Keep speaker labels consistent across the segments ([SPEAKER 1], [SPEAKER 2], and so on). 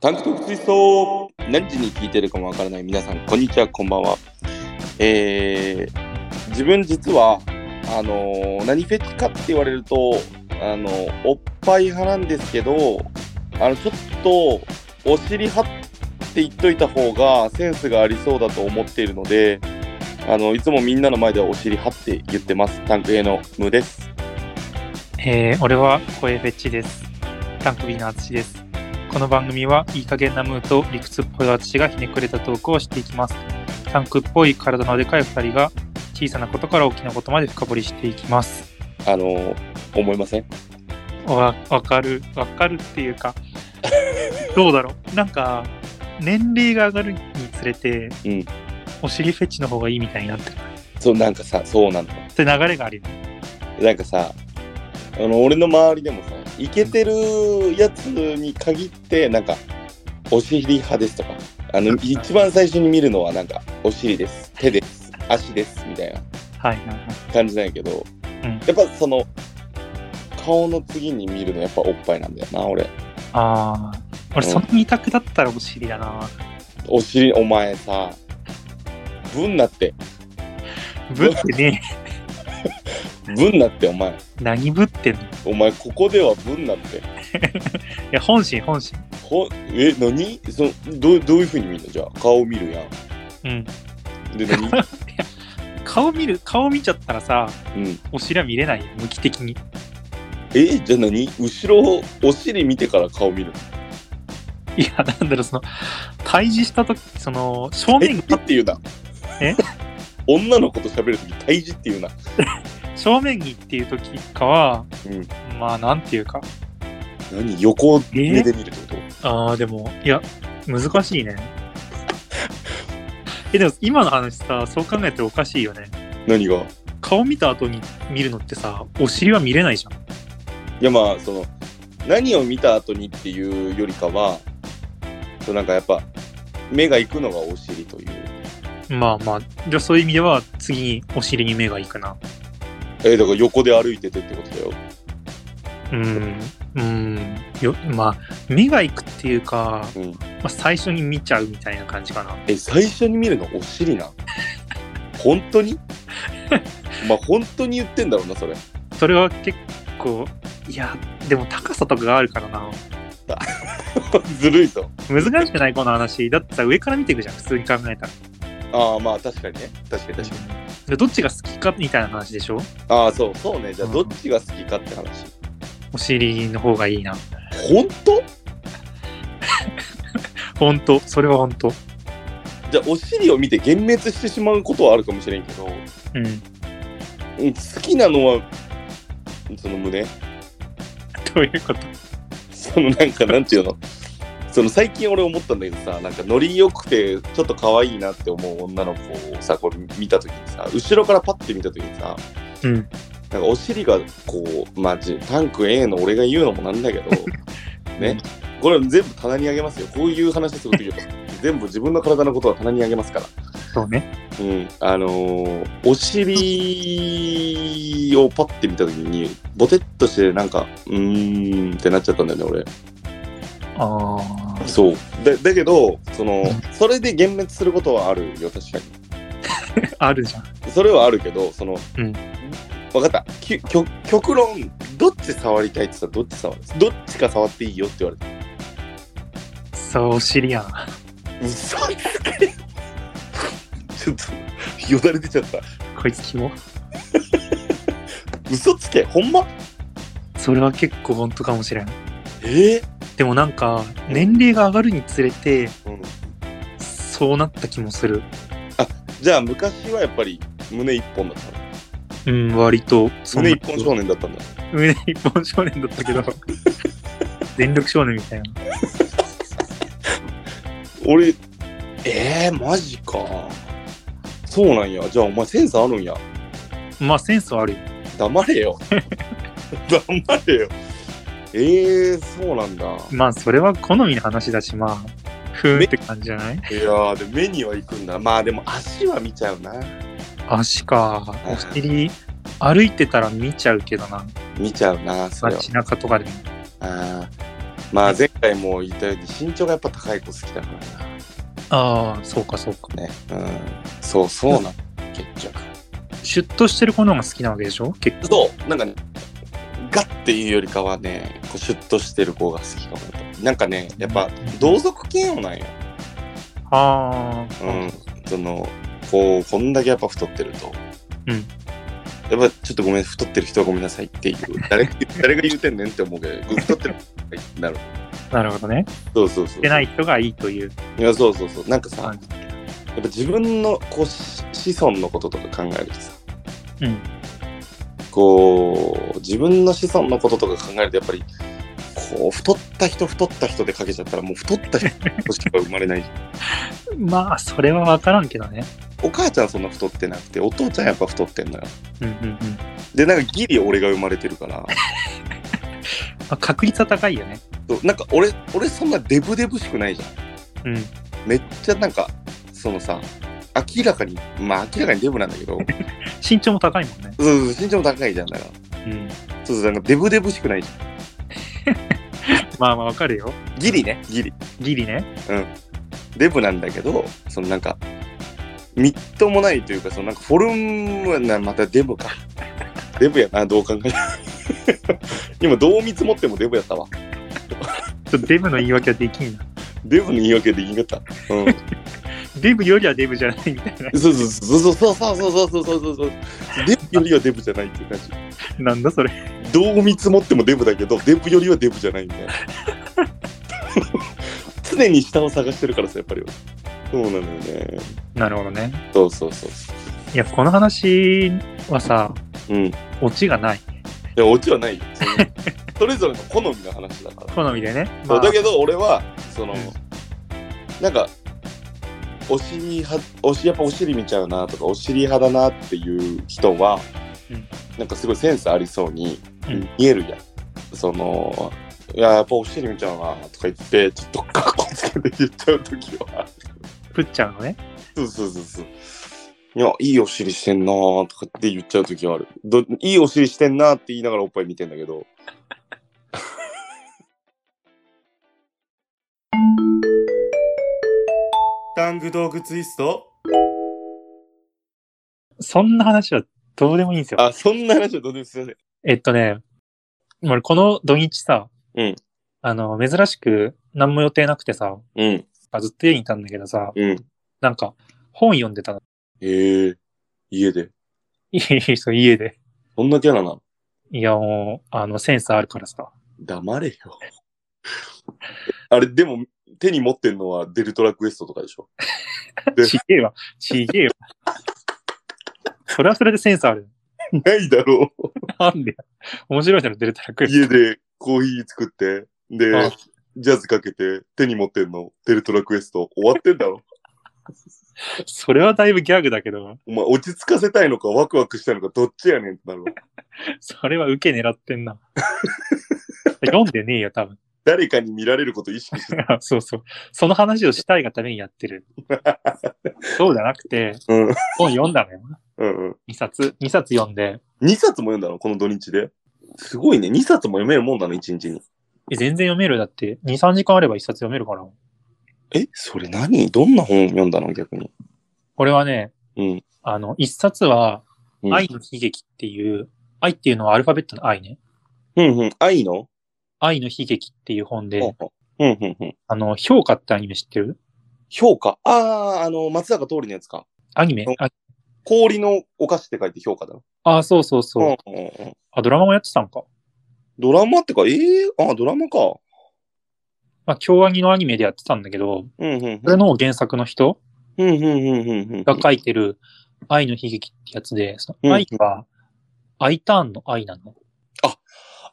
[SPEAKER 1] タンクトークツイスト何時に聞いてるかもわからない皆さん、こんにちは、こんばんは。えー、自分実は、あのー何フェチかって言われると、あのーおっぱい派なんですけど、あの、ちょっと、お尻派って言っといた方がセンスがありそうだと思っているので、あの、いつもみんなの前ではお尻派って言ってます。タンク A の無です。
[SPEAKER 2] えー俺は声フェチです。タンクビーのあつしです。この番組はいい加減なムーと理屈っぽい私がひねくれたトークをしていきます。タンクっぽい体のでかい2人が小さなことから大きなことまで深掘りしていきます。
[SPEAKER 1] あのー思いません
[SPEAKER 2] わわかる、わかるっていうか、どうだろう。なんか、年齢が上がるにつれて、
[SPEAKER 1] うん
[SPEAKER 2] お尻フェチの方がいいみたいになってる。
[SPEAKER 1] そう、なんかさ、そうなんだ。
[SPEAKER 2] って流れがあるよね。
[SPEAKER 1] なんかさあの俺の周りでもさイケてるやつに限ってなんかお尻派ですとかあの一番最初に見るのはなんかお尻です手です足ですみたいな
[SPEAKER 2] はいはいはい。
[SPEAKER 1] 感じなんやけど、
[SPEAKER 2] うん
[SPEAKER 1] やっぱその顔の次に見るのやっぱおっぱいなんだよな俺
[SPEAKER 2] ああ、俺その二択だったらお尻だな。
[SPEAKER 1] お尻お前さぶんなって
[SPEAKER 2] ぶってね。
[SPEAKER 1] ぶんなってお前
[SPEAKER 2] 何ぶってんのい
[SPEAKER 1] お前ここではぶんなって
[SPEAKER 2] や本心本心
[SPEAKER 1] ほえ何そのどうどういうふうに見るのじゃあ顔見るや
[SPEAKER 2] うん
[SPEAKER 1] んで何
[SPEAKER 2] 顔見る顔見ちゃったらさ
[SPEAKER 1] うん
[SPEAKER 2] お尻は見れないよ向き的に
[SPEAKER 1] えじゃあ何後ろお尻見てから顔見る
[SPEAKER 2] いやなんだろうその対峙した時その正
[SPEAKER 1] え
[SPEAKER 2] 面
[SPEAKER 1] っって言うな
[SPEAKER 2] え
[SPEAKER 1] 女の子と喋るとき胎児って言うな
[SPEAKER 2] 正面にっていう時かは、
[SPEAKER 1] うん
[SPEAKER 2] まあなんていうか
[SPEAKER 1] 何横目で見るってこと
[SPEAKER 2] あーでもいや難しいね えでも今の話さそう考えたらおかしいよね
[SPEAKER 1] 何がい
[SPEAKER 2] 顔見た後に見るのってさお尻は見れないじゃん
[SPEAKER 1] やまあその何を見た後にっていうよりかはそうなんかやっぱ目が行くのがお尻という
[SPEAKER 2] まあまあじゃあそういう意味では次にお尻に目がいくな
[SPEAKER 1] えだから横で歩いててってことだよ
[SPEAKER 2] うん、うん、よまあ目が行くっていうか、
[SPEAKER 1] うん
[SPEAKER 2] まあ、最初に見ちゃうみたいな感じかな
[SPEAKER 1] え最初に見るのお尻な本当にまあ本当に言ってんだろうなそれ
[SPEAKER 2] それは結構いやでも高さとかがあるからな
[SPEAKER 1] ずるいぞ
[SPEAKER 2] 難しくないこの話だってさ上から見ていくじゃん普通に考えたら
[SPEAKER 1] ああまあ確かにね確かに確かに
[SPEAKER 2] でどっちが好きかみたいな話でしょ
[SPEAKER 1] ああそうそうねじゃあ
[SPEAKER 2] うん
[SPEAKER 1] どっちが好きかって話、
[SPEAKER 2] お尻の方がいいな
[SPEAKER 1] 本当
[SPEAKER 2] 本当それは本当
[SPEAKER 1] じゃあお尻を見て幻滅してしまうことはあるかもしれんけど、う
[SPEAKER 2] うん
[SPEAKER 1] ん、好きなのはその胸
[SPEAKER 2] どういうこと
[SPEAKER 1] そのなんかなんていうのその最近俺思ったんだけどさなんかノリ良くてちょっと可愛いなって思う女の子をさこれ見た時にさ後ろからパッて見た時にさ
[SPEAKER 2] うん
[SPEAKER 1] なんかお尻がこうまあじタンク A の俺が言うのもなんだけどねこれ全部棚にあげますよこういう話する時は全部自分の体のことは棚にあげますから
[SPEAKER 2] そうね
[SPEAKER 1] うん、あのーお尻をパッて見た時にボテッとしてなんかうーんってなっちゃったんだよね
[SPEAKER 2] あ
[SPEAKER 1] 俺そうだだけどそのそれで幻滅することはあるよ確か
[SPEAKER 2] ーあるじゃん
[SPEAKER 1] にそれはあるけどその、
[SPEAKER 2] うん
[SPEAKER 1] 分かったききょ極論どっち触りたいって言ったらどっち触るどっちか触っていいよって言われた
[SPEAKER 2] そうお尻やな
[SPEAKER 1] 嘘つけちょっとよだれ出ちゃった
[SPEAKER 2] こいつキモ
[SPEAKER 1] 嘘つけほんま
[SPEAKER 2] それは結構本当かもしれん
[SPEAKER 1] えー
[SPEAKER 2] でもなんか年齢が上がるにつれて
[SPEAKER 1] うん
[SPEAKER 2] そうなった気もする
[SPEAKER 1] じゃあ昔はやっぱり胸一本だったの
[SPEAKER 2] うん割とそんな
[SPEAKER 1] 胸一本少年だったんだ
[SPEAKER 2] 胸一本少年だった けど全力少年みたいな
[SPEAKER 1] 俺えー、マジかそうなんやじゃあお前センスあるんや
[SPEAKER 2] まあセンスはあるよ
[SPEAKER 1] 黙れ よ黙れよえー、そうなんだ
[SPEAKER 2] まあそれは好みの話だしまあふーんって感じじゃない
[SPEAKER 1] いやーで目には行くんだまあでも足は見ちゃうな
[SPEAKER 2] 足かお尻歩いてたら見ちゃうけどな
[SPEAKER 1] 見ちゃうなそれは
[SPEAKER 2] 街中とかでも
[SPEAKER 1] あまあ前回も言ったように身長がやっぱ高い子好きだから
[SPEAKER 2] ああ、そうかそうか。
[SPEAKER 1] な。ね。うん。そうそうなの、結局。
[SPEAKER 2] シュッとしてる子の方が好きなわけでしょ結構。
[SPEAKER 1] そう、なんかね、ガッていうよりかはね、こうシュッとしてる子が好きかもなと。なんかね、やっぱ同族嫌悪なんよ。
[SPEAKER 2] ああ、
[SPEAKER 1] うん。その、こう、こんだけやっぱ太ってると。
[SPEAKER 2] うん。
[SPEAKER 1] やっぱちょっとごめん、太ってる人はごめんなさいっていう。 誰が誰が言うてんねんって思うけど、太ってる人はいなる。
[SPEAKER 2] なるほどね。
[SPEAKER 1] そうそうそう。
[SPEAKER 2] 出ない人がいいという
[SPEAKER 1] いや、そうそうそう。なんかさ、や
[SPEAKER 2] 感
[SPEAKER 1] っ
[SPEAKER 2] じ。
[SPEAKER 1] ぱ自分のこうし子孫のこととか考えるとさ、
[SPEAKER 2] うん。
[SPEAKER 1] こう自分の子孫のこととか考えるとやっぱりこう太った人太った人でかけちゃったらもう太った人しか生まれない
[SPEAKER 2] まあ、それは分からんけどね。
[SPEAKER 1] お母ちゃんそんな太ってなくてお父ちゃんやっぱ太ってんのよ
[SPEAKER 2] うんうんうん。ま
[SPEAKER 1] でなんかギリ俺が生まれてるから
[SPEAKER 2] あ、確率は高いよね。
[SPEAKER 1] そうなんか俺俺そんなデブデブしくないじゃ
[SPEAKER 2] うん。
[SPEAKER 1] んめっちゃなんかそのさ明らかにまあ明らかにデブなんだけど
[SPEAKER 2] 身長も高いもんね。
[SPEAKER 1] そうそうそう身長も高いじゃんだから
[SPEAKER 2] うん。
[SPEAKER 1] そうそうなんかデブデブしくないじゃ
[SPEAKER 2] まあまあ、分かるよ。
[SPEAKER 1] んギリねギリ
[SPEAKER 2] ギリね。
[SPEAKER 1] デブなんだけどそのなんかみっともないというかそのなんかフォルムはなまたデブかデブやなどう考えても 今どう見積もってもデブやったわ
[SPEAKER 2] ちょっとデブの言い訳はできんな。
[SPEAKER 1] デブの言い訳で言い方うん
[SPEAKER 2] デブよりはデブじゃないみたいな。
[SPEAKER 1] そうそうそうそうそうそうそうそうそうそうデブよりはデブじゃないっていう感じ
[SPEAKER 2] なんだ それ。
[SPEAKER 1] どう見積もってもデブだけどデブよりはデブじゃないみたいな常に下を探してるからさやっぱりそうなのよね
[SPEAKER 2] なるほどね。
[SPEAKER 1] そうそうそう
[SPEAKER 2] いや、この話はさ、
[SPEAKER 1] うん
[SPEAKER 2] オチがない。
[SPEAKER 1] いや、オチはないよ。そのそれぞれの好みの話だから。
[SPEAKER 2] 好みでね。
[SPEAKER 1] そうだ
[SPEAKER 2] ど、
[SPEAKER 1] けど、俺は、その
[SPEAKER 2] うん、
[SPEAKER 1] なんか、お尻は、お尻、やっぱお尻見ちゃうなとか、お尻派だなっていう人は、
[SPEAKER 2] うん
[SPEAKER 1] なんかすごいセンスありそうに
[SPEAKER 2] うん
[SPEAKER 1] 見えるやん。その、いや、やっぱお尻見ちゃうなとか言って、ちょっとかっこつけて言っちゃうときは、
[SPEAKER 2] プッチャーのね。
[SPEAKER 1] そうそうそうそう。いや、いいお尻してんなーとかって言っちゃうときはあるど。いいお尻してんなーって言いながらおっぱい見てんだけど。タング道具ツイスト
[SPEAKER 2] そんな話はどうでもいいんですよ。
[SPEAKER 1] あ、そんな話はどうでもすいません。
[SPEAKER 2] えっとね、俺この土日さ、
[SPEAKER 1] うん
[SPEAKER 2] あの、珍しく何も予定なくてさ、
[SPEAKER 1] うん、
[SPEAKER 2] ずっと家にいたんだけどさ、
[SPEAKER 1] うん。
[SPEAKER 2] なんか本読んでたの。
[SPEAKER 1] へえ家で。
[SPEAKER 2] いい人、家で。
[SPEAKER 1] そんなキャラなの
[SPEAKER 2] いや、もう、あの、センスあるからさ。
[SPEAKER 1] 黙れよ。あれ、でも、手に持ってんのはデルトラクエストとかでしょえ
[SPEAKER 2] ちげえわ。ちげえわ。 それはそれでセンスある。
[SPEAKER 1] ないだろう。
[SPEAKER 2] なんで 面白いだろ、デルタラクエス
[SPEAKER 1] 家でコーヒー作って、で、
[SPEAKER 2] あ
[SPEAKER 1] ジャズかけて、手に持ってんの、テルトラクエスト、終わってんだろ。
[SPEAKER 2] ト。それはだいぶギャグだけど、
[SPEAKER 1] お前、落ち着かせたいのか、ワクワクしたいのか、どっちやねんってなるわ。
[SPEAKER 2] それは受け狙って んな。読んでねえよ、多分。
[SPEAKER 1] 誰かに見られること意識して。
[SPEAKER 2] あそうそう。その話をしたいがためにやっ てる。そうじゃなくて、
[SPEAKER 1] うん。うん
[SPEAKER 2] 本読んだのよ。
[SPEAKER 1] うん。
[SPEAKER 2] 2冊、二冊読んで、
[SPEAKER 1] 2冊も読んだの、この土日で。すごいね。2冊も読めるもんなの、1日に。
[SPEAKER 2] え全然読めるよだって、2、3時間あれば1冊読めるから。
[SPEAKER 1] え、それ何どんな本読んだの、逆に。
[SPEAKER 2] これはね、
[SPEAKER 1] うん。
[SPEAKER 2] あの、1冊は、
[SPEAKER 1] うん
[SPEAKER 2] 愛の悲劇っていう、愛っていうのはアルファベットの愛ね。
[SPEAKER 1] うんうん。愛の
[SPEAKER 2] 愛の悲劇っていう本
[SPEAKER 1] う
[SPEAKER 2] で
[SPEAKER 1] ん、うんうんうん。
[SPEAKER 2] あの、評価ってアニメ知ってる
[SPEAKER 1] 評価。あー、あの、松坂通りのやつか。
[SPEAKER 2] アニメ
[SPEAKER 1] お
[SPEAKER 2] あ
[SPEAKER 1] 氷のお菓子って書いて評価だろ。
[SPEAKER 2] あ、そうそうそう。
[SPEAKER 1] うんうんうん。
[SPEAKER 2] あ、ドラマもやってたのか。
[SPEAKER 1] ドラマってか、ええー、あ、ドラマか。
[SPEAKER 2] まあ、京アニのアニメでやってたんだけど、
[SPEAKER 1] うんうん
[SPEAKER 2] それの原作の人
[SPEAKER 1] うんうんうんうんうん。
[SPEAKER 2] が書いてる愛の悲劇ってやつで、そ
[SPEAKER 1] うん
[SPEAKER 2] の愛は、アイターンの愛なの。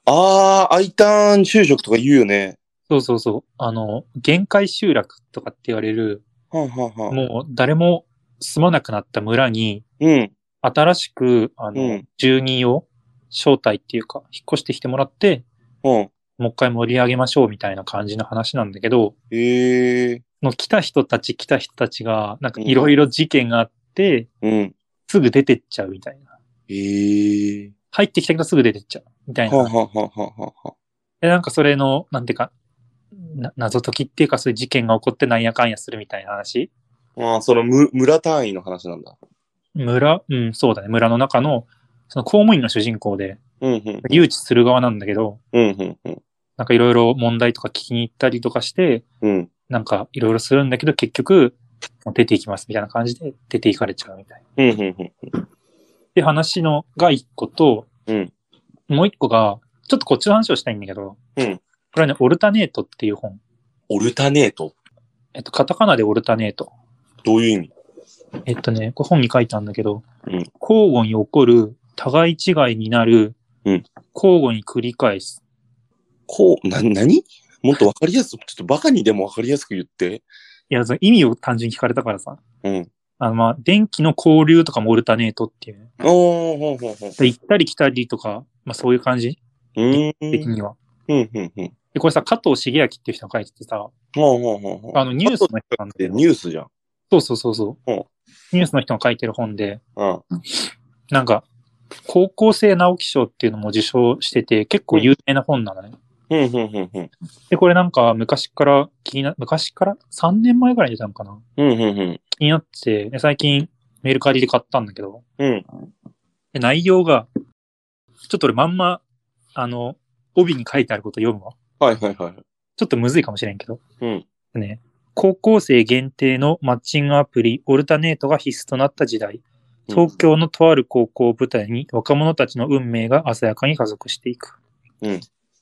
[SPEAKER 1] ああ、アイターン就職とか言うよね。
[SPEAKER 2] そうそうそう。あの、限界集落とかって言われる、
[SPEAKER 1] はんはんはん。
[SPEAKER 2] もう誰も住まなくなった村に、
[SPEAKER 1] うん。
[SPEAKER 2] 新しく、あの、
[SPEAKER 1] うん
[SPEAKER 2] 住人を招待っていうか、引っ越してきてもらって、
[SPEAKER 1] うん。
[SPEAKER 2] もう一回盛り上げましょうみたいな感じの話なんだけど、
[SPEAKER 1] へえ。
[SPEAKER 2] の来た人たち来た人たちが、なんかいろいろ事件があって、
[SPEAKER 1] うん。
[SPEAKER 2] すぐ出てっちゃうみたいな。
[SPEAKER 1] へえ。
[SPEAKER 2] 入ってきたけどすぐ出てっちゃうみたい
[SPEAKER 1] はんは
[SPEAKER 2] な。
[SPEAKER 1] んはんはんはんはん。
[SPEAKER 2] で、なんかそれの、なんていうか、な謎解きっていうかそういう事件が起こってなんやかんやするみたいな話
[SPEAKER 1] ああ、そのむ村単位の話なんだ。
[SPEAKER 2] 村、うん、そうだね。村の中の、その公務員の主人公で、
[SPEAKER 1] うんうん。
[SPEAKER 2] 誘致する側なんだけど、
[SPEAKER 1] うんうんうん。
[SPEAKER 2] なんかいろいろ問題とか聞きに行ったりとかして、
[SPEAKER 1] うん。
[SPEAKER 2] なんかいろいろするんだけど、結局、もう出ていきますみたいな感じで出ていかれちゃうみたいな。
[SPEAKER 1] うんうんうん。
[SPEAKER 2] で、話のが一個と、
[SPEAKER 1] うん
[SPEAKER 2] もう一個が、ちょっとこっちの話をしたいんだけど、
[SPEAKER 1] うん
[SPEAKER 2] これはね、オルタネートっていう本。
[SPEAKER 1] オルタネート
[SPEAKER 2] えっと、カタカナでオルタネート。
[SPEAKER 1] どういう意味
[SPEAKER 2] えっとね、これ本に書いたんだけど、
[SPEAKER 1] うん
[SPEAKER 2] 交互に起こる、互い違いになる、
[SPEAKER 1] うん
[SPEAKER 2] 交互に繰り返す。
[SPEAKER 1] こう、な、なにもっとわかりやすく、ちょっとバカにでもわかりやすく言って。
[SPEAKER 2] いや、その意味を単純に聞かれたからさ。
[SPEAKER 1] うん。
[SPEAKER 2] あの、まあ、電気の交流とかもオルタネートっていうね。
[SPEAKER 1] おー、ほうほうほう。
[SPEAKER 2] で行ったり来たりとか、まあ、そういう感じ
[SPEAKER 1] うーん。
[SPEAKER 2] 的には。
[SPEAKER 1] うんうんうん。
[SPEAKER 2] で、これさ、加藤茂明っていう人が書いててさ、
[SPEAKER 1] ほうほうほうほう。
[SPEAKER 2] あの、ニュースの人なんだけ
[SPEAKER 1] で
[SPEAKER 2] ど
[SPEAKER 1] ニュースじゃん。
[SPEAKER 2] そうそうそうそう、
[SPEAKER 1] うん
[SPEAKER 2] ニュースの人が書いてる本で、
[SPEAKER 1] うん。
[SPEAKER 2] なんか、高校生直木賞っていうのも受賞してて、結構有名な本なのね。
[SPEAKER 1] うんうんうんうん。
[SPEAKER 2] で、これなんか昔から気にな、昔から ?3 年前ぐらいに出たのかな
[SPEAKER 1] うんうんうん。
[SPEAKER 2] 気になってて、で最近メルカリで買ったんだけど、
[SPEAKER 1] うん。
[SPEAKER 2] で内容が、ちょっと俺まんま、あの、帯に書いてあること読むわ。
[SPEAKER 1] はいはいはい。
[SPEAKER 2] ちょっとむずいかもしれんけど。
[SPEAKER 1] うん。
[SPEAKER 2] ね、高校生限定のマッチングアプリ、オルタネートが必須となった時代、東京のとある高校を舞台に若者たちの運命が鮮やかに加速していく。
[SPEAKER 1] うん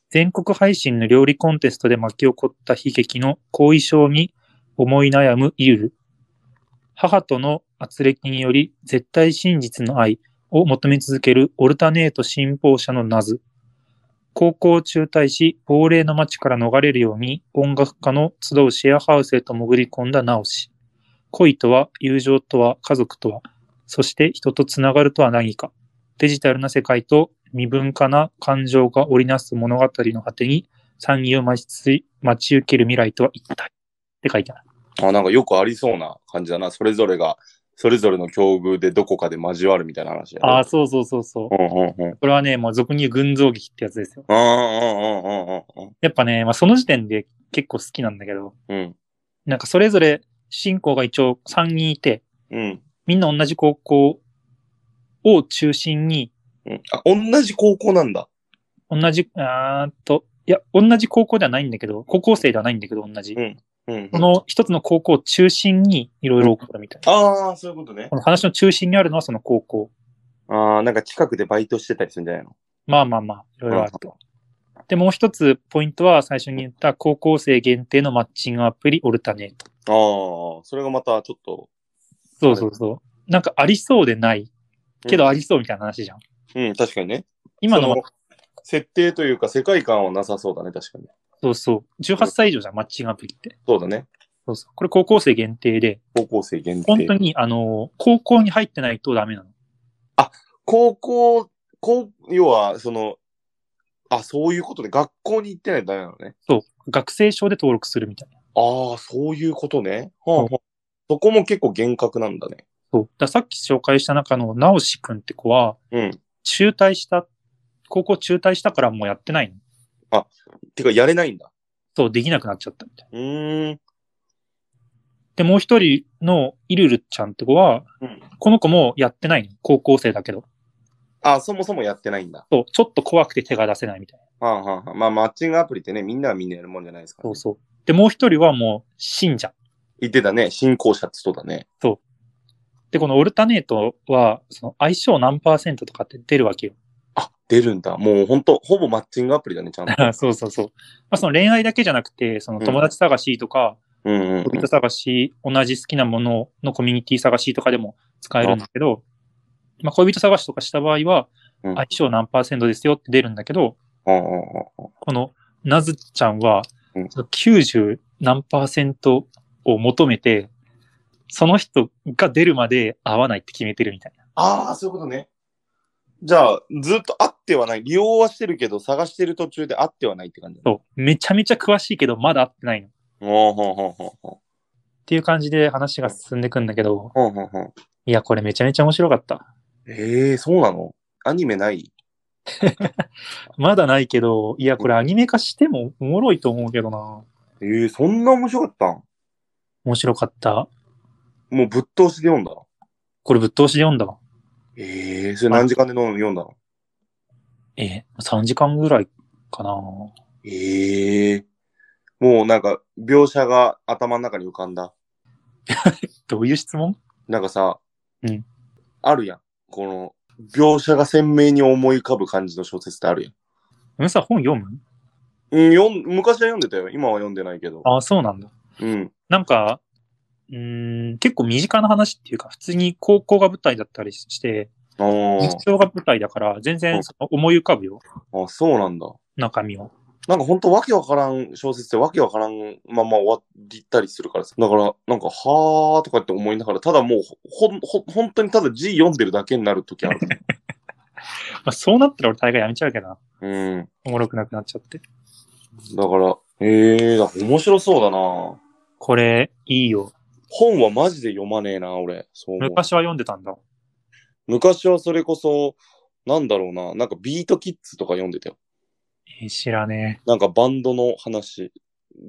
[SPEAKER 2] 全国配信の料理コンテストで巻き起こった悲劇の後遺症に思い悩むイルル。母との圧力により絶対真実の愛を求め続けるオルタネート信奉者のナズ。高校を中退し、亡霊の街から逃れるように音楽家の集うシェアハウスへと潜り込んだ直し。恋とは、友情とは、家族とは、そして人とつながるとは何か。デジタルな世界と身分化な感情が織りなす物語の果てに、産業を待ちつい待ち受ける未来とは一体。って書いてある。
[SPEAKER 1] あ、なんかよくありそうな感じだな。それぞれが、それぞれの境遇でどこかで交わるみたいな話やね。
[SPEAKER 2] ああ、そうそうそうそう。
[SPEAKER 1] うんうんうん。
[SPEAKER 2] これはね、もう俗に言う群像劇ってやつですよ。
[SPEAKER 1] うんうんうんうん
[SPEAKER 2] やっぱね、まあその時点で結構好きなんだけど、
[SPEAKER 1] うん。
[SPEAKER 2] なんかそれぞれ信仰が一応3人いて、
[SPEAKER 1] うん。うん。
[SPEAKER 2] みんな同じ高校を中心に、
[SPEAKER 1] うん。あ、同じ高校なんだ。
[SPEAKER 2] 同じ、あーっと、いや、同じ高校ではないんだけど、高校生ではないんだけど、同じ。
[SPEAKER 1] うんうん
[SPEAKER 2] こ。の一つの高校を中心にいろいろ起こるみたいな。
[SPEAKER 1] ああ、そういうことね
[SPEAKER 2] こ。の話の中心にあるのはその高校。
[SPEAKER 1] ああ、なんか近くでバイトしてたりするんじゃないの
[SPEAKER 2] まあまあまあ、いろいろあると。で、もう一つポイントは最初に言った高校生限定のマッチングアプリオルタネー
[SPEAKER 1] あ
[SPEAKER 2] ト。
[SPEAKER 1] あ、それがまたちょっと。
[SPEAKER 2] そうそうそう。なんかありそうでない。けどありそうみたいな話じゃん。
[SPEAKER 1] うん、確かにね。
[SPEAKER 2] 今の
[SPEAKER 1] そ設定というか世界観はなさそうだね、確かに。
[SPEAKER 2] そうそう。18歳以上じゃん、マッチングアプリって。
[SPEAKER 1] そうだね。
[SPEAKER 2] そうそう。これ高校生限定で、
[SPEAKER 1] 高校生限定。
[SPEAKER 2] 本当に、あの、高校に入ってないとダメなの。
[SPEAKER 1] 高校、高、要は、その、あ、そういうことで、学校に行ってないとダメなのね。
[SPEAKER 2] そう。学生証で登録するみたいな。
[SPEAKER 1] ああ、そういうことね。はあ
[SPEAKER 2] うん
[SPEAKER 1] はあそこも結構厳格なんだね。
[SPEAKER 2] そう。だからさっき紹介した中の直しくんって子は、
[SPEAKER 1] うん。
[SPEAKER 2] 中退した、高校中退したからもうやってないの。
[SPEAKER 1] てか、やれないんだ。
[SPEAKER 2] そう、できなくなっちゃったみたいな。
[SPEAKER 1] うーん。
[SPEAKER 2] で、もう一人のイルルちゃんって子は、
[SPEAKER 1] うん
[SPEAKER 2] この子もやってないの。高校生だけど。
[SPEAKER 1] あ、そもそもやってないんだ。
[SPEAKER 2] そう、ちょっと怖くて手が出せないみたいな。
[SPEAKER 1] はあ、はあはあ、まあ、マッチングアプリってね、みんなはみんなやるもんじゃないですか、
[SPEAKER 2] そ
[SPEAKER 1] ね
[SPEAKER 2] う。そう。で、もう一人はもう信者。
[SPEAKER 1] 言ってたね。信仰者ってそうだね。
[SPEAKER 2] で、このオルタネートは、その相性何パーセントとかって出るわけよ。
[SPEAKER 1] あ、出るんだ。もうほんと、ほぼマッチングアプリだね、ちゃん と。
[SPEAKER 2] そうそうそう。まあ、その恋愛だけじゃなくて、その友達探しとか、
[SPEAKER 1] うんうん、うん。
[SPEAKER 2] 恋人探し、同じ好きなもののコミュニティ探しとかでも使えるんだけど、まあ、恋人探しとかした場合は、
[SPEAKER 1] うん
[SPEAKER 2] 相性何パーセントですよって出るんだけど、
[SPEAKER 1] うんうんうん
[SPEAKER 2] このなずちゃんは
[SPEAKER 1] うん、
[SPEAKER 2] 90何パーセントを求めて、その人が出るまで会わないって決めてるみたいな。
[SPEAKER 1] ああ、そういうことね。じゃあ、ずっと会ってはない。利用はしてるけど、探してる途中で会ってはないって感じだね。
[SPEAKER 2] そう。めちゃめちゃ詳しいけど、まだ会ってないの。っ
[SPEAKER 1] ほうほうほうほうほ
[SPEAKER 2] ていう感じで話が進んでくんだけど、
[SPEAKER 1] う。ほうほうほう。
[SPEAKER 2] いや、これめちゃめちゃ面白かった。
[SPEAKER 1] ええー、そうなのアニメない
[SPEAKER 2] まだないけど、いや、これアニメ化してもおもろいと思うけどな。
[SPEAKER 1] えー、そんな面白かったん
[SPEAKER 2] 面白かった。
[SPEAKER 1] もうぶっ通しで読んだの
[SPEAKER 2] これぶっ通しで読んだわ。
[SPEAKER 1] ええそれ何時間で読んだの
[SPEAKER 2] えー、3時間ぐらいかな。
[SPEAKER 1] ええもうなんか、描写が頭の中に浮かんだ。
[SPEAKER 2] どういう質問
[SPEAKER 1] なんかさ、
[SPEAKER 2] うん
[SPEAKER 1] あるやん。この、描写が鮮明に思い浮かぶ感じの小説ってあるやん。
[SPEAKER 2] うんさ、本読む
[SPEAKER 1] うん、読ん昔は読んでたよ。今は読んでないけど。
[SPEAKER 2] ああ、そうなんだ。
[SPEAKER 1] うん。
[SPEAKER 2] なんか、うーん、結構身近な話っていうか、普通に高校が舞台だったりして、
[SPEAKER 1] あー
[SPEAKER 2] 日常が舞台だから、全
[SPEAKER 1] う
[SPEAKER 2] 然
[SPEAKER 1] ん
[SPEAKER 2] その思い浮かぶよ、
[SPEAKER 1] あ、そうなんだ。
[SPEAKER 2] 中身を。
[SPEAKER 1] なんかほんとわけわからん小説ってわけわからんまま終わったりするからさ。だから、なんか、はーとかって思いながら、ただもうほ、ほ、ほ、本当にただ字読んでるだけになるときある。
[SPEAKER 2] まあ、そうなったら俺大概やめちゃうけどな。
[SPEAKER 1] うん。
[SPEAKER 2] おもろくなくなっちゃって。
[SPEAKER 1] だから、ええだから面白そうだな
[SPEAKER 2] これ、いいよ。
[SPEAKER 1] 本はマジで読まねえな、俺。そう思う
[SPEAKER 2] 昔は読んでたんだ。
[SPEAKER 1] 昔はそれこそ、なんだろうな、なんかビートキッズとか読んでたよ。
[SPEAKER 2] えー知らね
[SPEAKER 1] なんかバンドの話、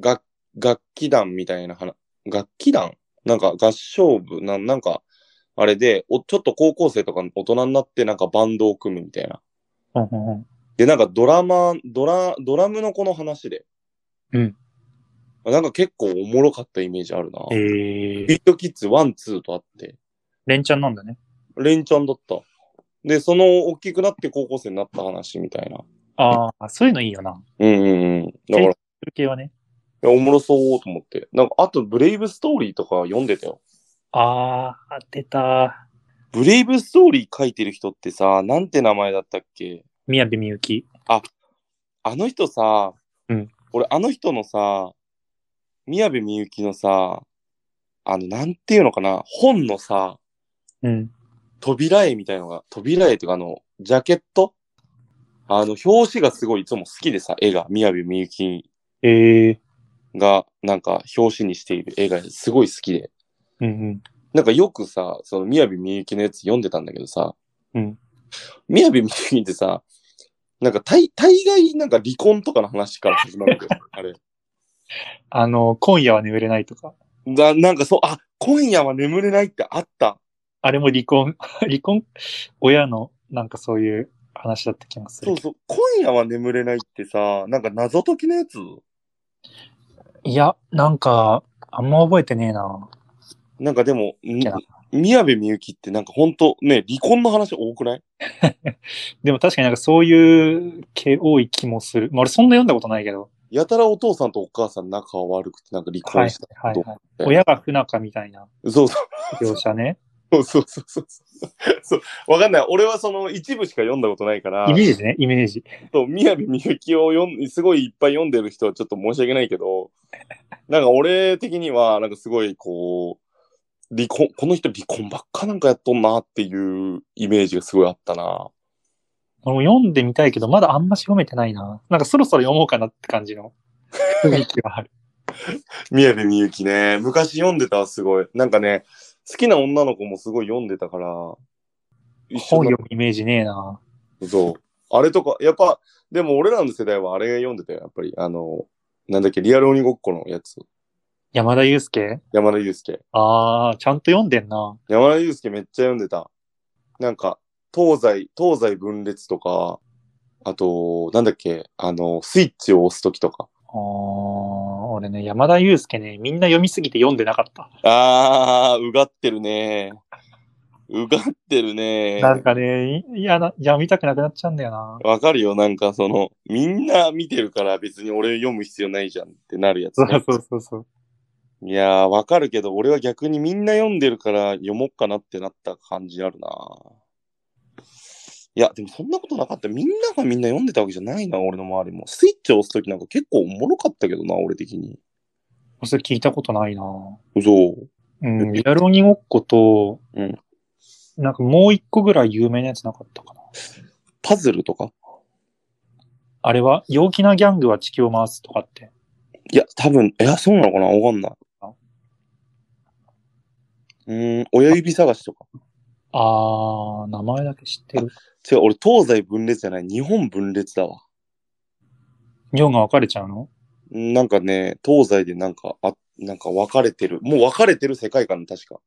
[SPEAKER 1] 楽楽器団みたいな話、楽器団なんか合唱部、なんなんか、あれでお、ちょっと高校生とか大人になってなんかバンドを組むみたいな。
[SPEAKER 2] え。ほんほんほん。
[SPEAKER 1] で、なんかドラマ、ドラ、ドラムの子の話で。
[SPEAKER 2] うん。
[SPEAKER 1] なんか結構おもろかったイメージあるな。
[SPEAKER 2] えー、
[SPEAKER 1] ビートキッズ1、2とあって。
[SPEAKER 2] レンチャンなんだね。
[SPEAKER 1] レンチャンだった。で、その大きくなって高校生になった話みたいな。
[SPEAKER 2] ああ、そういうのいいよな。
[SPEAKER 1] うんうんうん。だから、い
[SPEAKER 2] 系はね。
[SPEAKER 1] やおもろそうと思って。なんか、あと、ブレイブストーリーとか読んでたよ。
[SPEAKER 2] ああ、出た。
[SPEAKER 1] ブレイブストーリー書いてる人ってさ、なんて名前だったっけ
[SPEAKER 2] 宮部みゆき。
[SPEAKER 1] あの人さ、
[SPEAKER 2] うん
[SPEAKER 1] 俺、あの人のさ、宮部みゆきのさ、あの、なんていうのかな、本のさ、
[SPEAKER 2] うん。
[SPEAKER 1] 扉絵みたいのが、扉絵っていうか、あの、ジャケットあの、表紙がすごいいつも好きでさ、絵が、宮部みゆき
[SPEAKER 2] ええ
[SPEAKER 1] が、なんか、表紙にしている映画、すごい好きで。
[SPEAKER 2] うんうん。
[SPEAKER 1] なんかよくさ、その、宮部みゆきのやつ読んでたんだけどさ、
[SPEAKER 2] うん。
[SPEAKER 1] 宮部みゆきってさ、なんか、大、大概、なんか離婚とかの話から始まるんだ よ、あれ。
[SPEAKER 2] あの、今夜は眠れないとか。
[SPEAKER 1] だ、なんかそう、あ、今夜は眠れないってあった。
[SPEAKER 2] あれも離婚、 離婚、親のなんかそういう話だった気がす
[SPEAKER 1] そ
[SPEAKER 2] る
[SPEAKER 1] う。そう、今夜は眠れないってさ、なんか謎解きのやつ
[SPEAKER 2] いや、なんか、あんま覚えてねえな。
[SPEAKER 1] なんかでも、
[SPEAKER 2] い
[SPEAKER 1] ん
[SPEAKER 2] や
[SPEAKER 1] 宮部みゆきってなんかほんと、ね、離婚の話多くない
[SPEAKER 2] でも確かになんかそういう系多い気もする。まあ俺そんな読んだことないけど。
[SPEAKER 1] やたらお父さんとお母さん仲悪くてなんか離
[SPEAKER 2] は
[SPEAKER 1] 婚
[SPEAKER 2] い
[SPEAKER 1] した。
[SPEAKER 2] はいはい。親が不仲みたいな
[SPEAKER 1] そう
[SPEAKER 2] 描写ね。
[SPEAKER 1] そうそうそうそうそう。そうわかんない。俺はその一部しか読んだことないから
[SPEAKER 2] イ、メージね、イメージ。
[SPEAKER 1] と宮部みゆきを読んすごいいっぱい読んでる人はちょっと申し訳ないけど、なんか俺的には、なんかすごいこう、離婚、この人離婚ばっかなんかやっとんなっていうイメージがすごいあったな。
[SPEAKER 2] 俺も読んでみたいけど、まだあんまし読めてないな。なんかそろそろ読もうかなって感じ の雰囲気はある。
[SPEAKER 1] 宮部みゆきね、昔読んでたすごい。なんかね、好きな女の子もすごい読んでたから、一緒
[SPEAKER 2] 本
[SPEAKER 1] だ
[SPEAKER 2] 読むイメージねえな。
[SPEAKER 1] そう。あれとか、やっぱ、でも俺らの世代はあれ読んでたよ、やっぱり。あの、なんだっけ、リアル鬼ごっこのやつ。
[SPEAKER 2] 山田裕介
[SPEAKER 1] 山田裕介。
[SPEAKER 2] あー、ちゃんと読んでんな。
[SPEAKER 1] 山田裕介めっちゃ読んでた。なんか、東西、東西分裂とか、あと、なんだっけ、あの、スイッチを押すときとか。
[SPEAKER 2] あー、俺ね、山田裕介ね、みんな読みすぎて読んでなかった。
[SPEAKER 1] あー、うがってるね。うがってるね。
[SPEAKER 2] なんかね、いやな、読みたくなくなっちゃうんだよな。
[SPEAKER 1] わかるよ、なんかその、みんな見てるから別に俺読む必要ないじゃんってなるやつ、
[SPEAKER 2] そ
[SPEAKER 1] ね。
[SPEAKER 2] うそうそうそう。
[SPEAKER 1] いやー、わかるけど、俺は逆にみんな読んでるから読もうかなってなった感じあるな。いや、でもそんなことなかった。みんながみんな読んでたわけじゃないな、俺の周りも。スイッチを押すときなんか結構おもろかったけどな、俺的に。
[SPEAKER 2] それ聞いたことないな。
[SPEAKER 1] そう。
[SPEAKER 2] うん、リアル鬼ごっこと、
[SPEAKER 1] うん
[SPEAKER 2] なんかもう一個ぐらい有名なやつなかったかな。
[SPEAKER 1] パズルとか
[SPEAKER 2] あれは、陽気なギャングは地球を回すとかって。
[SPEAKER 1] いや、多分、いや、そうなのかなわかんない。うーん、親指探しとか。
[SPEAKER 2] あー、名前だけ知ってる。
[SPEAKER 1] 違う、俺東西分裂じゃない、日本分裂だわ。
[SPEAKER 2] 日本が分かれちゃうの
[SPEAKER 1] なんかね、東西でなんか、あ、なんか分かれてる。もう分かれてる世界観、確か。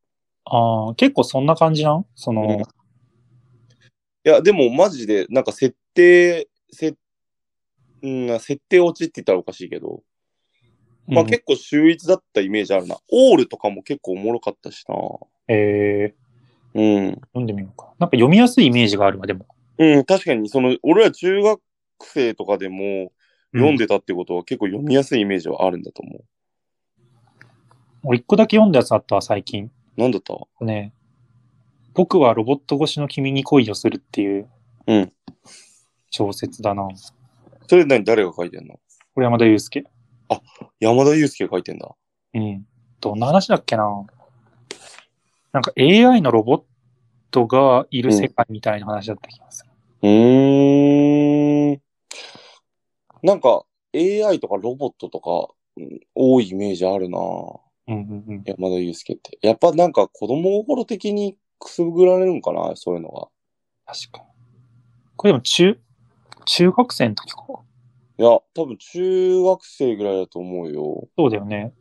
[SPEAKER 2] ああ、結構そんな感じなんその、
[SPEAKER 1] うんいや、でもマジで、なんか設定、せ、うん、設定落ちって言ったらおかしいけど、まあ
[SPEAKER 2] うん
[SPEAKER 1] 結構秀逸だったイメージあるな。オールとかも結構おもろかったしな。
[SPEAKER 2] え
[SPEAKER 1] うん。
[SPEAKER 2] ー、読んでみようか。なんか読みやすいイメージがあるわ、でも。
[SPEAKER 1] うん、確かに、その、俺ら中学生とかでも読んでたってことは結構読みやすいイメージはあるんだと思う。
[SPEAKER 2] もう一個だけ読んだやつあったわ、最近。
[SPEAKER 1] なんだった
[SPEAKER 2] ね、僕はロボット越しの君に恋をするっていう
[SPEAKER 1] うん
[SPEAKER 2] 小説だな。
[SPEAKER 1] それ何誰が書いてんの
[SPEAKER 2] これ山田裕介。
[SPEAKER 1] 山田裕介が書いてんだ。
[SPEAKER 2] うん。どんな話だっけななんか AI のロボットがいる世界みたいな話だった気がする。
[SPEAKER 1] うーん。なんか、AI とかロボットとか、うん多いイメージあるな
[SPEAKER 2] うんうんうん。
[SPEAKER 1] 山田裕介って。やっぱなんか子供心的にくすぐられるんかなそういうのが。
[SPEAKER 2] 確かに。これでも中、中学生の時か。
[SPEAKER 1] いや、多分中学生ぐらいだと思うよ。
[SPEAKER 2] そうだよね。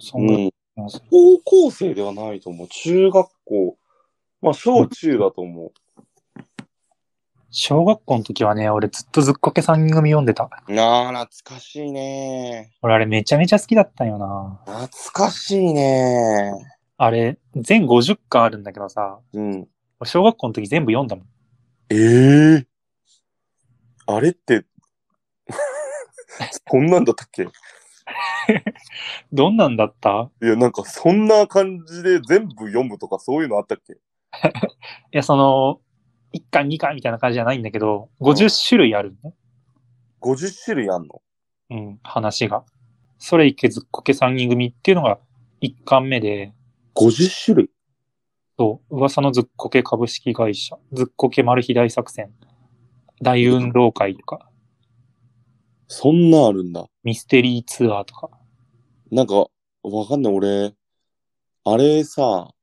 [SPEAKER 2] そん
[SPEAKER 1] う
[SPEAKER 2] な気
[SPEAKER 1] ん。
[SPEAKER 2] がする。
[SPEAKER 1] 高校生ではないと思う。中学校。まあ、小中だと思
[SPEAKER 2] 小学校の時はね、俺ずっとずっこけ3人組読んでた。
[SPEAKER 1] う。なあ、懐かしいね。
[SPEAKER 2] 俺あれめちゃめちゃ好きだったんよな。
[SPEAKER 1] 懐かしいね。
[SPEAKER 2] あれ、全50巻あるんだけどさ、
[SPEAKER 1] うん。
[SPEAKER 2] 小学校の時全部読んだもん。
[SPEAKER 1] ええあれ って、こんなんだったっけい
[SPEAKER 2] どんなんだった
[SPEAKER 1] や、なんかそんな感じで全部読むとかそういうのあったっけ
[SPEAKER 2] いや、その、1巻2巻みたいな感じじゃないんだけど、50種類あるね。
[SPEAKER 1] ?50 種類あんの
[SPEAKER 2] うん、話が。それいけずっこけ3人組っていうのが1巻目で、
[SPEAKER 1] ?50 種類
[SPEAKER 2] そう、噂のずっこけ株式会社、ずっこけマル秘大作戦、大運動会とか、
[SPEAKER 1] そんなんあるんだ。
[SPEAKER 2] ミステリーツアーとか。
[SPEAKER 1] なんか、わかんない。俺、あれさ、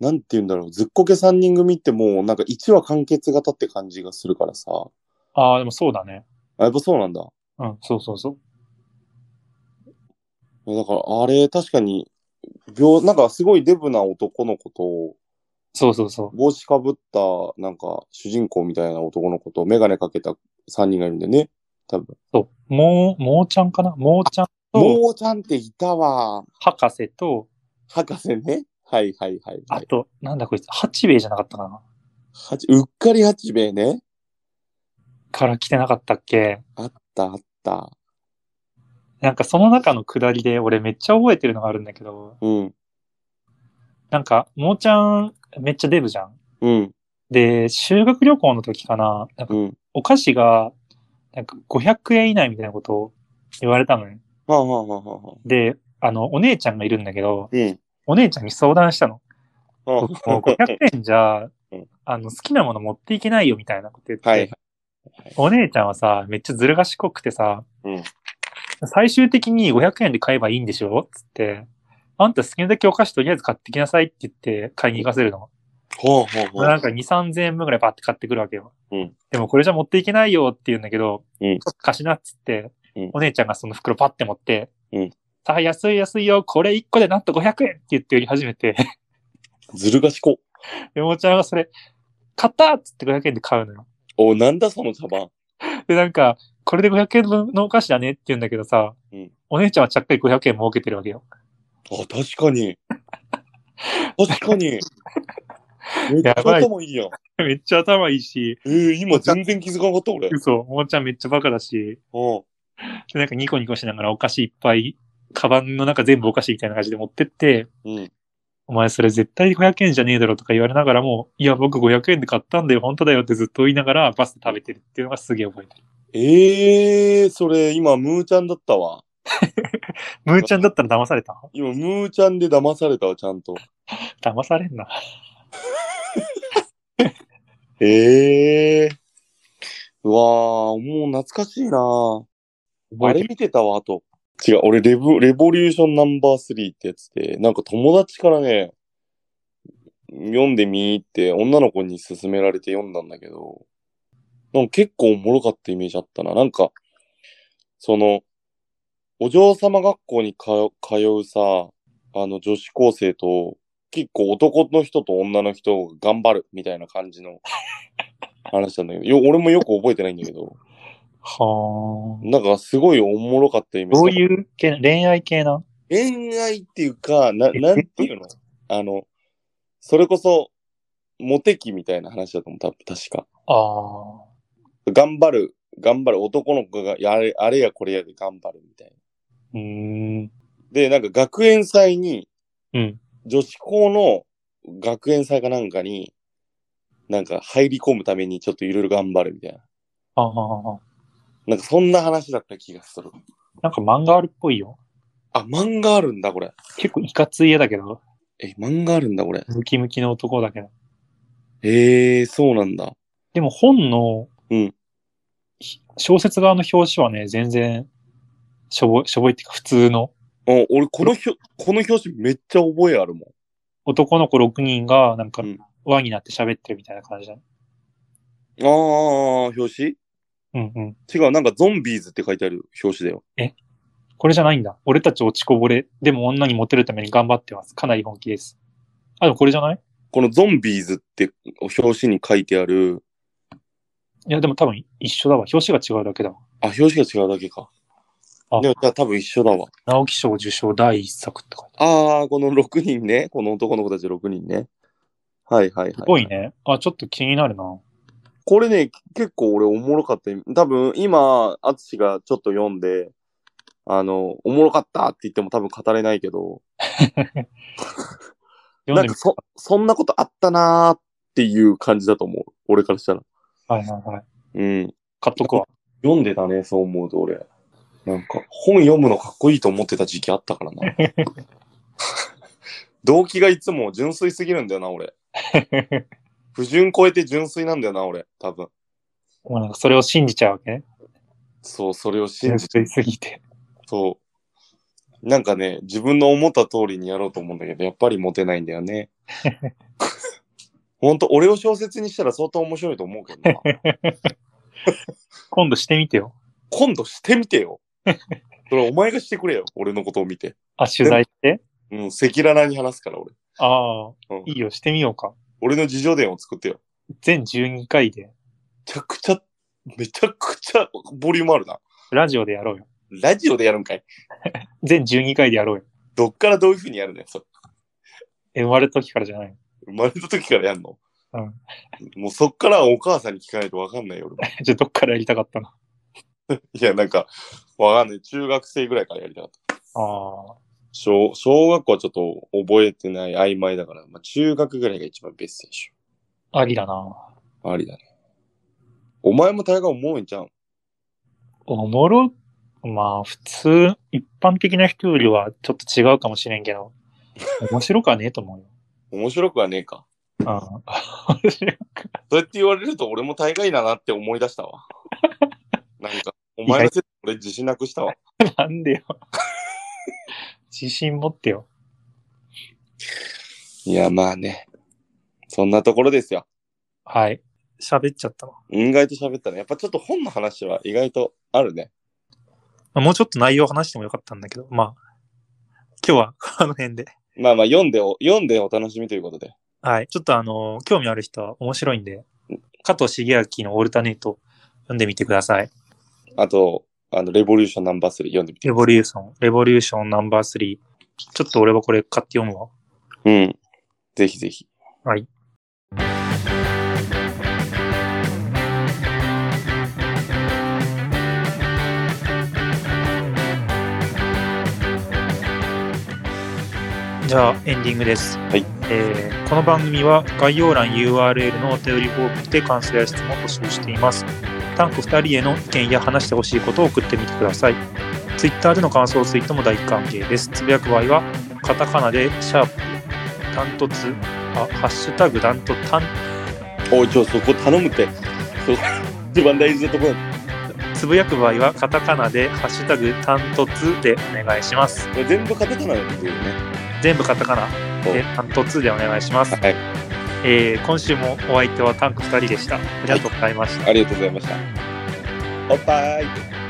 [SPEAKER 1] なんて言うんだろう。ずっこけ3人組ってもう、なんか1話完結型って感じがするからさ。
[SPEAKER 2] ああ、でもそうだね。
[SPEAKER 1] あ、やっぱそうなんだ。
[SPEAKER 2] うん、そうそうそう。
[SPEAKER 1] だから、あれ、確かに、秒、なんかすごいデブな男の子と、
[SPEAKER 2] そうそうそう。
[SPEAKER 1] 帽子かぶった、なんか、主人公みたいな男の子と、メガネかけた3人がいるんだよね。多分。
[SPEAKER 2] そう。もう、もうちゃんかなもうちゃんと、
[SPEAKER 1] もうちゃんっていたわ。
[SPEAKER 2] 博士と、
[SPEAKER 1] 博士ね。はいはいはい、は
[SPEAKER 2] あ
[SPEAKER 1] い。
[SPEAKER 2] と、なんだこいつ、八兵衛じゃなかったかな
[SPEAKER 1] はちうっかり八兵衛ね。
[SPEAKER 2] から来てなかったっけ
[SPEAKER 1] あったあった。
[SPEAKER 2] なんかその中のくだりで、俺めっちゃ覚えてるのがあるんだけど、
[SPEAKER 1] うん。
[SPEAKER 2] なんか、もうちゃん、めっちゃデブじゃん。
[SPEAKER 1] うん。
[SPEAKER 2] で、修学旅行の時かな、なんか
[SPEAKER 1] うん。
[SPEAKER 2] お菓子が、なんか500円以内みたいなことを言われたのね。
[SPEAKER 1] はあはあはあはあはあ。
[SPEAKER 2] で、あの、お姉ちゃんがいるんだけど、
[SPEAKER 1] うん。
[SPEAKER 2] お姉ちゃんに相談したの。もう500円じゃ
[SPEAKER 1] うん、
[SPEAKER 2] あの、好きなもの持っていけないよみたいなこと言って、
[SPEAKER 1] はい。
[SPEAKER 2] お姉ちゃんはさ、めっちゃずる賢くてさ、
[SPEAKER 1] うん
[SPEAKER 2] 最終的に500円で買えばいいんでしょつって、あんた好きなだけお菓子とりあえず買ってきなさいって言って買いに行かせるの。
[SPEAKER 1] ほうほうほ
[SPEAKER 2] なん
[SPEAKER 1] う。
[SPEAKER 2] か2、3000円分ぐらいバッて買ってくるわけよ。
[SPEAKER 1] うん
[SPEAKER 2] でもこれじゃ持っていけないよって言うんだけど、
[SPEAKER 1] うん
[SPEAKER 2] ちょっと貸しなっつって、
[SPEAKER 1] うん
[SPEAKER 2] お姉ちゃんがその袋パッて持って、
[SPEAKER 1] うん
[SPEAKER 2] さあ安い安いよ、これ1個でなんと500円って言って売り始めて、
[SPEAKER 1] ずる賢。
[SPEAKER 2] でもちゃんがそれ、買ったっつって500円で買うのよ。
[SPEAKER 1] お、なんだその茶番。
[SPEAKER 2] で、なんか、これで500円分のお菓子だねって言うんだけどさ、
[SPEAKER 1] うん
[SPEAKER 2] お姉ちゃんはちゃっかり500円儲けてるわけよ。
[SPEAKER 1] あ、確か に。確かに。めっちゃ
[SPEAKER 2] やばい
[SPEAKER 1] 頭いいやん。
[SPEAKER 2] めっちゃ頭いいし、
[SPEAKER 1] えー、今全然気づかなかった俺。うん。
[SPEAKER 2] 嘘、もーちゃんめっちゃバカだし、でなんかニコニコしながらお菓子いっぱい、カバンの中全部お菓子みたいな感じで持ってって、
[SPEAKER 1] うん。
[SPEAKER 2] お前それ絶対500円じゃねえだろとか言われながらも、いや僕500円で買ったんだよ、本当だよってずっと言いながらバスで食べてるっていうのがすげえ覚えてる。
[SPEAKER 1] えー、それ今ムーちゃんだったわ。
[SPEAKER 2] ムーちゃんだったら騙された
[SPEAKER 1] 今ムーちゃんで騙されたわ、ちゃんと。
[SPEAKER 2] 騙されんな。
[SPEAKER 1] えー。うわー、もう懐かしいな
[SPEAKER 2] 覚
[SPEAKER 1] あ
[SPEAKER 2] えて
[SPEAKER 1] れ
[SPEAKER 2] る。
[SPEAKER 1] 見てたわ、あと。違う、俺レボ、レボリューションナンバー3ってやつで、なんか友達からね、読んでみーって女の子に勧められて読んだんだけど、なんか結構おもろかったイメージあったな。なんか、その、お嬢様学校に通通うさ、あの女子高生と、結構男の人と女の人が頑張るみたいな感じ の話なんだけど、よ俺もよく覚えてないんだけど、
[SPEAKER 2] はあ。
[SPEAKER 1] なんかすごいおもろかったイメージ。
[SPEAKER 2] どういう系、恋愛系な
[SPEAKER 1] 恋愛っていうか、な、なんていうのあの、それこそ、モテ期みたいな話だと思う、た確か。
[SPEAKER 2] ああ。
[SPEAKER 1] 頑張る、頑張る、男の子が、やれ、あれやこれやで頑張るみたいな。
[SPEAKER 2] うーん。
[SPEAKER 1] で、なんか学園祭に、
[SPEAKER 2] うん。
[SPEAKER 1] 女子校の学園祭かなんかに、なんか入り込むためにちょっといろいろ頑張るみたいな。
[SPEAKER 2] ああ。
[SPEAKER 1] なんかそんな話だった気がする。
[SPEAKER 2] なんか漫画あるっぽいよ。
[SPEAKER 1] あ、漫画あるんだ、これ。
[SPEAKER 2] 結構いかつい絵だけど、
[SPEAKER 1] え、漫画あるんだ、これ。
[SPEAKER 2] ムキムキの男だけど。
[SPEAKER 1] ええー、そうなんだ。
[SPEAKER 2] でも本の、
[SPEAKER 1] うん
[SPEAKER 2] ひ小説側の表紙はね、全然、しょぼい、しょぼいっていうか普通の
[SPEAKER 1] うん、俺、このひょ、この表紙めっちゃ覚えあるもん。
[SPEAKER 2] 男の子6人がなんか
[SPEAKER 1] うん
[SPEAKER 2] 輪になって喋ってるみたいな感じだね。
[SPEAKER 1] ああ、表紙
[SPEAKER 2] うんうん。
[SPEAKER 1] 違う、なんかゾンビーズって書いてある表紙だよ。
[SPEAKER 2] これじゃないんだ。俺たち落ちこぼれ。でも女にモテるために頑張ってます。かなり本気です。あ、でもこれじゃない
[SPEAKER 1] このゾンビーズって表紙に書いてある、
[SPEAKER 2] いや、でも多分一緒だわ。表紙が違うだけだわ。
[SPEAKER 1] あ、表紙が違うだけか。
[SPEAKER 2] あ
[SPEAKER 1] でも、じゃあ多分一緒だわ。
[SPEAKER 2] 直木賞受賞第一作って書いてあ
[SPEAKER 1] ああ、この6人ね。この男の子たち6人ね。はいはいはい。
[SPEAKER 2] る。すごいね。あ、ちょっと気になるな。
[SPEAKER 1] これね、結構俺おもろかった。多分今、アツシがちょっと読んで、あの、おもろかったって言っても多分語れないけど、
[SPEAKER 2] 読
[SPEAKER 1] なん
[SPEAKER 2] んで
[SPEAKER 1] か
[SPEAKER 2] み
[SPEAKER 1] そ、そんなことあったなーっていう感じだと思う。俺からしたら。
[SPEAKER 2] はいはいはい。
[SPEAKER 1] うん。
[SPEAKER 2] 買っとくわ。
[SPEAKER 1] 読んでたね、そう思うと俺。なんか、本読むのかっこいいと思ってた時期あったからな。動機がいつも純粋すぎるんだよな、俺。不純超えて純粋なんだよな、俺。多分。
[SPEAKER 2] もうなんかそれを信じちゃうわけね。
[SPEAKER 1] そう、それを信
[SPEAKER 2] 信
[SPEAKER 1] じ
[SPEAKER 2] じ
[SPEAKER 1] て、
[SPEAKER 2] すぎて。
[SPEAKER 1] そう。なんかね、自分の思った通りにやろうと思うんだけど、やっぱりモテないんだよね。ほんと、俺を小説にしたら相当面白いと思うけどな。
[SPEAKER 2] 今度してみてよ。
[SPEAKER 1] 今度してみてよ。それお前がしてくれよ、俺のことを見て。
[SPEAKER 2] あ、取材して。
[SPEAKER 1] うん、赤裸々に話すから、俺。
[SPEAKER 2] ああ、
[SPEAKER 1] うん
[SPEAKER 2] いいよ、してみようか。
[SPEAKER 1] 俺の自叙伝を作ってよ。
[SPEAKER 2] 全12回で、
[SPEAKER 1] めちゃくちゃ、めちゃくちゃボリュームあるな。
[SPEAKER 2] ラジオでやろうよ。
[SPEAKER 1] ラジオでやるんかい。
[SPEAKER 2] 全12回でやろうよ。
[SPEAKER 1] どっからどういう風にやるねん、それ。
[SPEAKER 2] え、生まれた時からじゃない。
[SPEAKER 1] 生まれた時からやんの。
[SPEAKER 2] う
[SPEAKER 1] もうそっからはお母さんに聞かないとわかんないよ、俺も。
[SPEAKER 2] じゃあ、どっからやりたかったの
[SPEAKER 1] いや、なんか、わかんない。中学生ぐらいからやりたかった。
[SPEAKER 2] ああ、
[SPEAKER 1] 小、小学校はちょっと覚えてない、曖昧だから、まあ中学ぐらいが一番ベストでし
[SPEAKER 2] ありだな。
[SPEAKER 1] ょ。ありだね。お前も大概思うんじゃん。
[SPEAKER 2] おもろ、まあ、普通、一般的な人よりはちょっと違うかもしれんけど、面白くはねえと思うよ。
[SPEAKER 1] 面白くはねえか。
[SPEAKER 2] うん。 面白く
[SPEAKER 1] そうやって言われると俺も大概だなって思い出した わ。なんか、お前のせいで俺自信なくしたわ。
[SPEAKER 2] なんでよ。自信持ってよ。
[SPEAKER 1] いや、まあね。そんなところですよ。
[SPEAKER 2] はい。喋っちゃったわ。
[SPEAKER 1] 意外と喋ったね。やっぱちょっと本の話は意外とあるね。
[SPEAKER 2] まあもうちょっと内容を話してもよかったんだけど、まあ、今日は あの辺で。
[SPEAKER 1] まあまあ、読んでお、読んでお楽しみということで。
[SPEAKER 2] はい。ちょっとあの、興味ある人は面白いんで、加藤茂明のオルタネート読んでみてください。
[SPEAKER 1] あと、あの、レボリューションナンバー3読んでみて。
[SPEAKER 2] レボリューション、レボリューションナンバー3。ちょっと俺はこれ買って読むわ。
[SPEAKER 1] うん。ぜひぜひ。
[SPEAKER 2] はい。じゃあエンディングです、
[SPEAKER 1] い
[SPEAKER 2] えーこの番組は概要欄 URL のお便りフォームにて感想や質問を募集しています。タンク2人への意見や話してほしいことを送ってみてください。Twitter での感想ツイートも大歓迎です。つぶやく場合はカタカナでシャープダントツあハッシュタグダントタン
[SPEAKER 1] おい、ちょ、そこ頼むって。そ一番大事なところだ。
[SPEAKER 2] つぶやく場合はカタカナでハッシュタグタントツでお願いします
[SPEAKER 1] これ全部カタカナなんだよね。
[SPEAKER 2] 全部カタカナ
[SPEAKER 1] そう
[SPEAKER 2] でタントツでお願いします、
[SPEAKER 1] はい。
[SPEAKER 2] えー今週もお相手はタンク2人でしたありがとうございました
[SPEAKER 1] ありがとうございました。おっぱい。